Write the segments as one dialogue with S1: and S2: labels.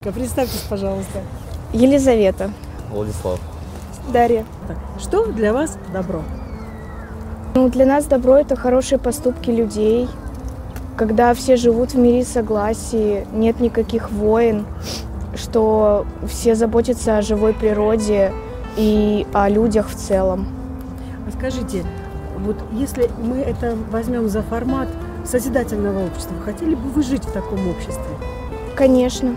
S1: Представьтесь, пожалуйста.
S2: Елизавета.
S3: Владислав.
S2: Дарья.
S1: Что для вас добро?
S2: Ну, для нас добро – это хорошие поступки людей, когда все живут в мире и согласии, нет никаких войн, что все заботятся о живой природе и о людях в целом.
S1: А скажите, вот если мы это возьмем за формат созидательного общества, хотели бы вы жить в таком обществе?
S2: Конечно.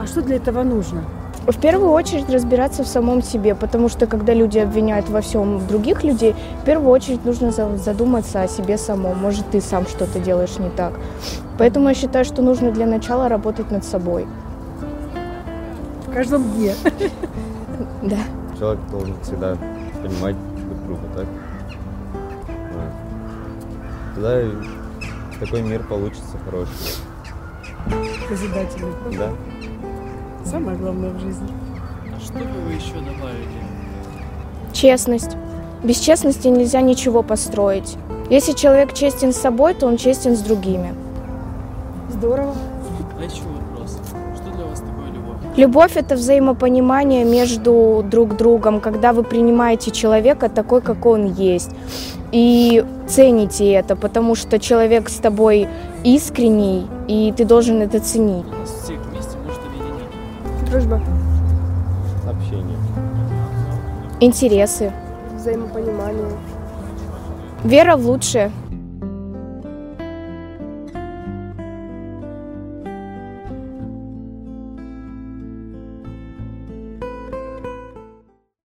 S1: А что для этого нужно?
S2: В первую очередь разбираться в самом себе, потому что когда люди обвиняют во всем других людей, в первую очередь нужно за- задуматься о себе самом. Может, ты сам что-то делаешь не так. Поэтому я считаю, что нужно для начала работать над собой.
S1: В каждом дне.
S2: Да.
S3: Человек должен всегда понимать друг друга, так? Да. Тогда и такой мир получится хороший.
S1: Созидательный.
S3: Да.
S1: Самое главное в жизни.
S4: А Что бы вы еще добавили?
S2: Честность. Без честности нельзя ничего построить. Если человек честен с собой, то он честен с другими.
S1: Здорово.
S4: А еще вопрос. Что для вас такое любовь?
S2: Любовь – это взаимопонимание между друг другом, когда вы принимаете человека такой, какой он есть. И цените это, потому что человек с тобой искренний, и ты должен это ценить.
S4: Нас всех вместе может объединять.
S5: Дружба,
S3: Общение.
S2: Интересы.
S5: взаимопонимание,
S2: Вера в лучшее.